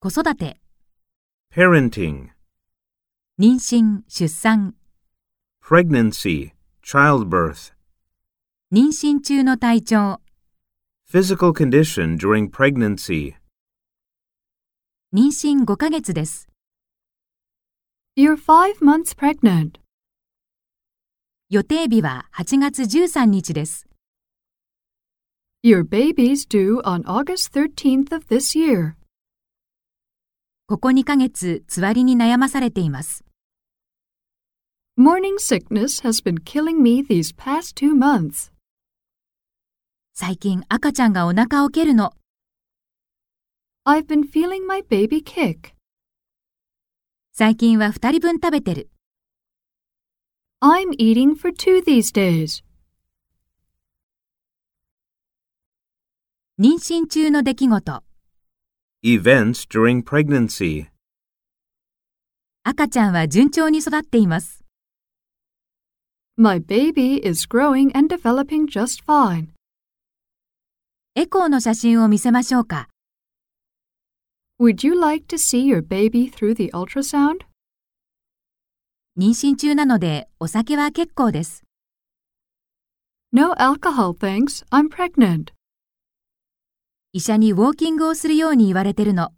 子育て、 parenting, 妊娠、出産、 pregnancy, childbirth, 妊娠中の体調、 physical condition during pregnancy, 妊娠5ヶ月です。 You're five months pregnant. 予定日は8月13日です。 Your baby's due on August 13th of this year. ここ2ヶ月、つわりに悩まされています。 Morning sickness has been killing me these past two months. 最近赤ちゃんがお腹を蹴るの。 I've been feeling my baby kick. 最近は2人分食べてる。 I'm eating for two these days. 妊娠中の出来事、 events during pregnancy, 赤ちゃんは順調に育っています。 My baby is growing and developing just fine. エコーの写真を見せましょうか。 Would you like to see your baby through the ultrasound? 妊娠中なのでお酒は結構です。 No alcohol, thanks. I'm pregnant. 医者にウォーキングをするように言われてるの。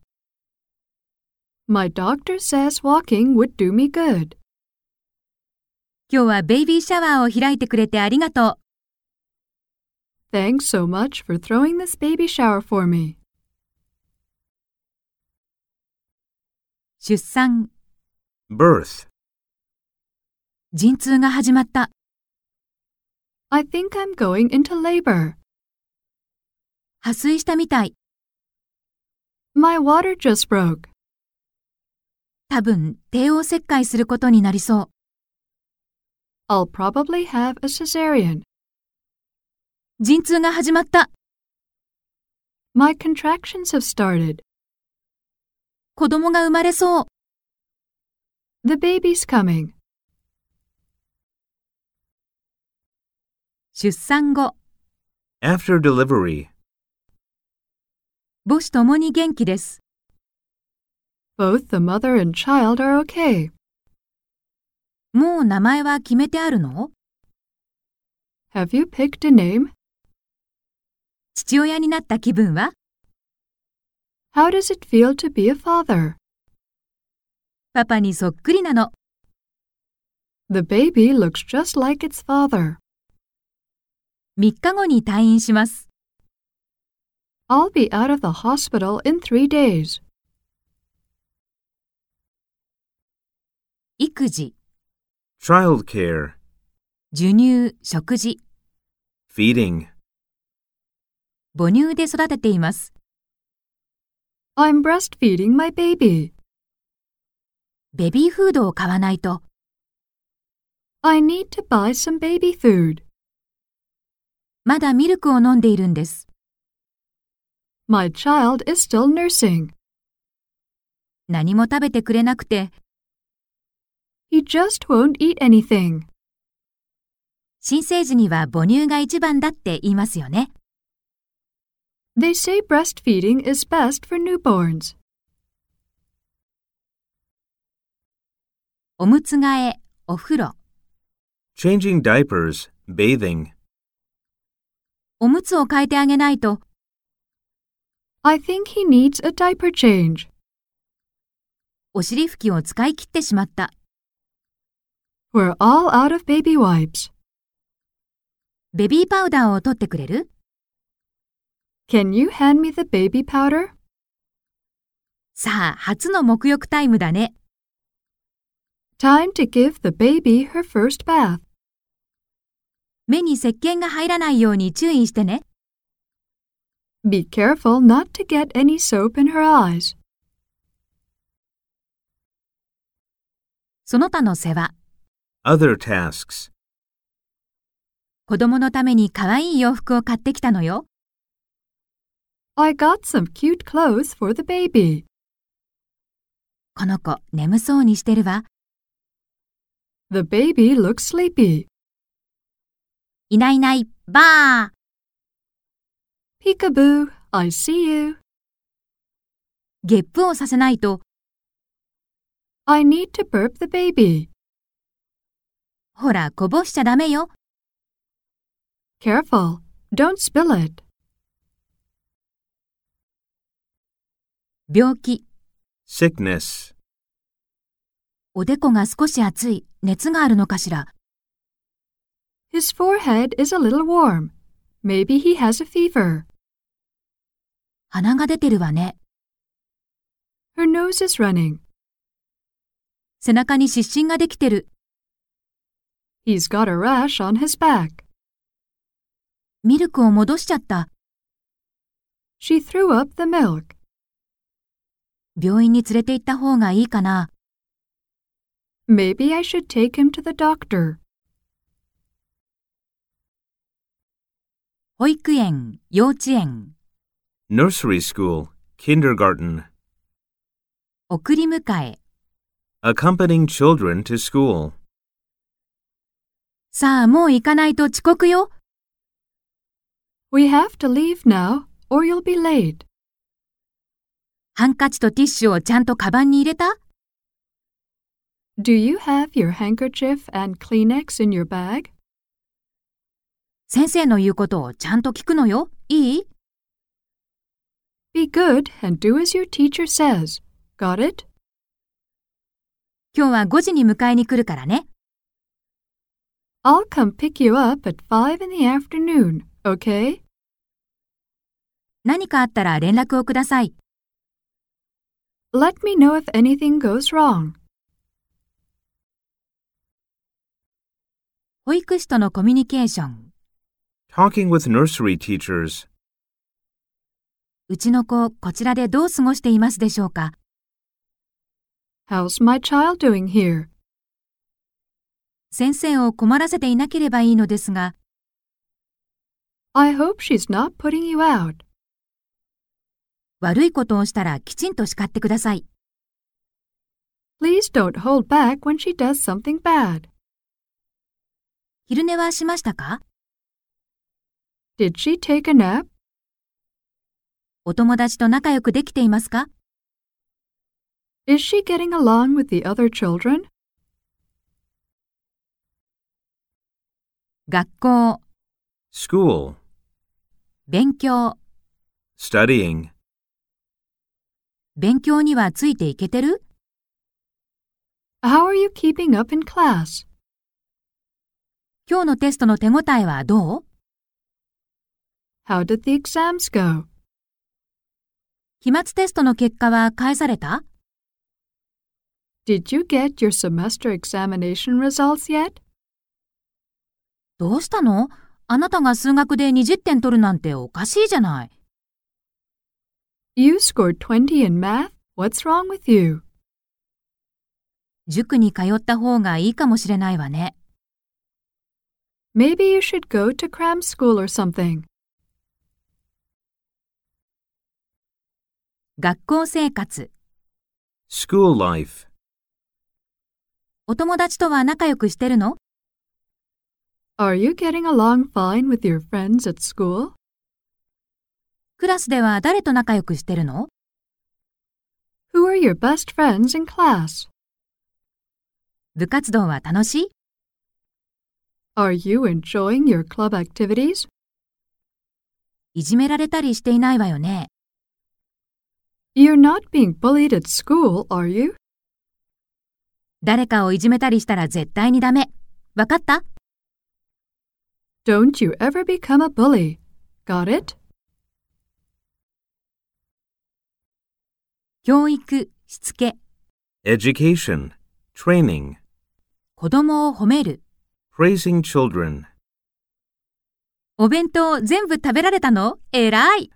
My doctor says walking would do me good. 今日はベイビーシャワーを開いてくれてありがとう。 Thanks so much for throwing this baby shower for me. 出産、 birth, 陣痛が始まった。 I think I'm going into labor. 破水したみたい。 My water just broke. 多分、帝王切開することになりそう。 I'll probably have a cesarean. 陣痛が始まった。 My contractions have started. 子供が生まれそう。 The baby's coming. 出産後、 after delivery, 母子ともに元気です。 Both the mother and child are okay. もう名前は決めてあるの Have you picked a name? 父親になった気分は How does it feel to be a father? パパにそっくりなの。 The baby looks just like its father. 3日後に退院します。 I'll be out of the hospital in three days. 育児、 childcare, 授乳、食事、 feeding, 母乳で育てています。 I'm breastfeeding my baby. ベビーフードを買わないと、 I need to buy some baby food. まだミルクを飲んでいるんです。 My child is still nursing. 何も食べてくれなくて、 He just won't eat anything. 新生児には母乳が一番だって言いますよね。 They say breastfeeding is best for newborns. おむつ替え、お風呂、 changing diapers, bathing, おむつを変えてあげないと、 I think he needs a diaper change. お尻拭きを使い切ってしまった。 We're all out of baby wipes. ベビーパウダーを取ってくれる Can you hand me the baby powder? さあ、初の沐浴タイムだね。 Time to give the baby her first bath. 目に石鹸が入らないように注意してね。 Be careful not to get any soap in her eyes. その他の世話。 other tasks, 子供のために可愛い洋服を買ってきたのよ。 I got some cute clothes for the baby. この子、眠そうにしてるわ。 The baby looks sleepy. いないいない、ばー Peekaboo, I see you. ゲップをさせないと、 I need to burp the baby. ほら、こぼしちゃダメよ。 Careful, don't spill it. 病気。 sickness, おでこが少し熱い。熱があるのかしら。 His forehead is a little warm. Maybe he has a fever. 鼻が出てるわね。 Her nose is running. 背中に湿疹ができてる。 He's got a rash on his back. ミルクを戻しちゃった。 She threw up the milk. 病院に連れて行った方がいいかな。 Maybe I should take him to the doctor. 保育園、幼稚園、 nursery school, kindergarten, 送り迎え。 accompanying children to school. さあ、もう行かないと遅刻よ。 We have to leave now, or you'll be late. ハンカチとティッシュをちゃんとカバンに入れた Do you have your handkerchief and Kleenex in your bag? 先生の言うことをちゃんと聞くのよ。いい Be good and do as your teacher says. Got it? 今日は5時に迎えに来るからね。 I'll come pick you up at 5 in the afternoon, okay? 何かあったら連絡をください。 Let me know if anything goes wrong. 保育士とのコミュニケーション。 Talking with nursery teachers. うちの子、こちらでどう過ごしていますでしょうか How's my child doing here? 先生を困らせていなければいいのですが、 I hope she's not putting you out. 悪いことをしたらきちんと叱ってください。 Please don't hold back when she does something bad. 昼寝はしましたか Did she take a nap? お友達と仲良くできていますか Is she getting along with the other children? 学校、 School, 勉強、 studying, 勉強にはついていけてる How are you keeping up in class? 今日のテストの手応えはどう How did the exams go? 期末テストの結果は返された Did you get your semester examination results yet? どうしたのあなたが数学で20点取るなんておかしいじゃない。 You scored 20 in math. What's wrong with you? 塾に通った方がいいかもしれないわね。 Maybe you should go to cram school or something. 学校生活。 school life. お友達とは仲良くしてるの Are you getting along fine with your friends at school? クラスでは誰と仲良くしてるの Who are your best friends in class? 部活動は楽しい Are you enjoying your club activities? いじめられたりしていないわよね。 You're not being bullied at school, are you? 誰かをいじめたりしたら絶対にダメ。わかった Don't you ever become a bully. Got it? 教育、しつけ、 Education, training, 子供を褒める。 praising children. お弁当全部食べられたのえらい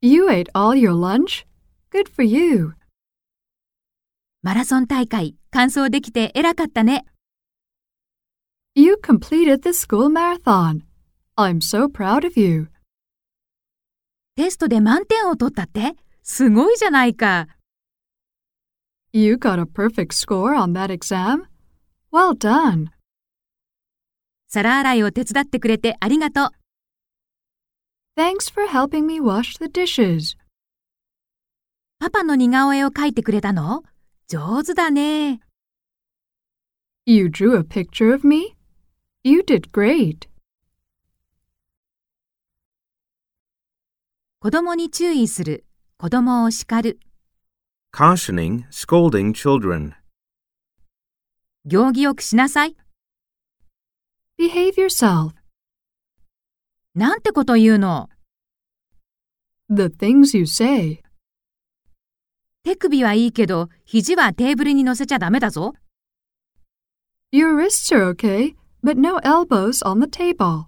You ate all your lunch? Good for you. マラソン大会、完走できて偉かったね。 You completed the school marathon. I'm so proud of you. テストで満点を取ったってすごいじゃないか。 You got a perfect score on that exam. Well done. 皿洗いを手伝ってくれてありがとう。 Thanks for helping me wash the dishes. パパの似顔絵を描いてくれたの上手だね。 You drew a picture of me? You did great. 子供に注意する。子供を叱る。 Cautioning, scolding children. 行儀よくしなさい。 Behave yourself. なんてこと言うの。 The things you say. 手首はいいけど、肘はテーブルに乗せちゃダメだぞ。 Your wrists are okay, but no elbows on the table.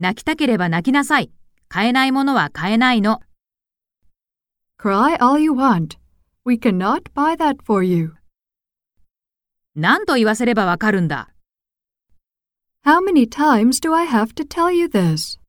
泣きたければ泣きなさい。買えないものは買えないの。 Cry all you want. We cannot buy that for you. 何度言わせればわかるんだ。 How many times do I have to tell you this?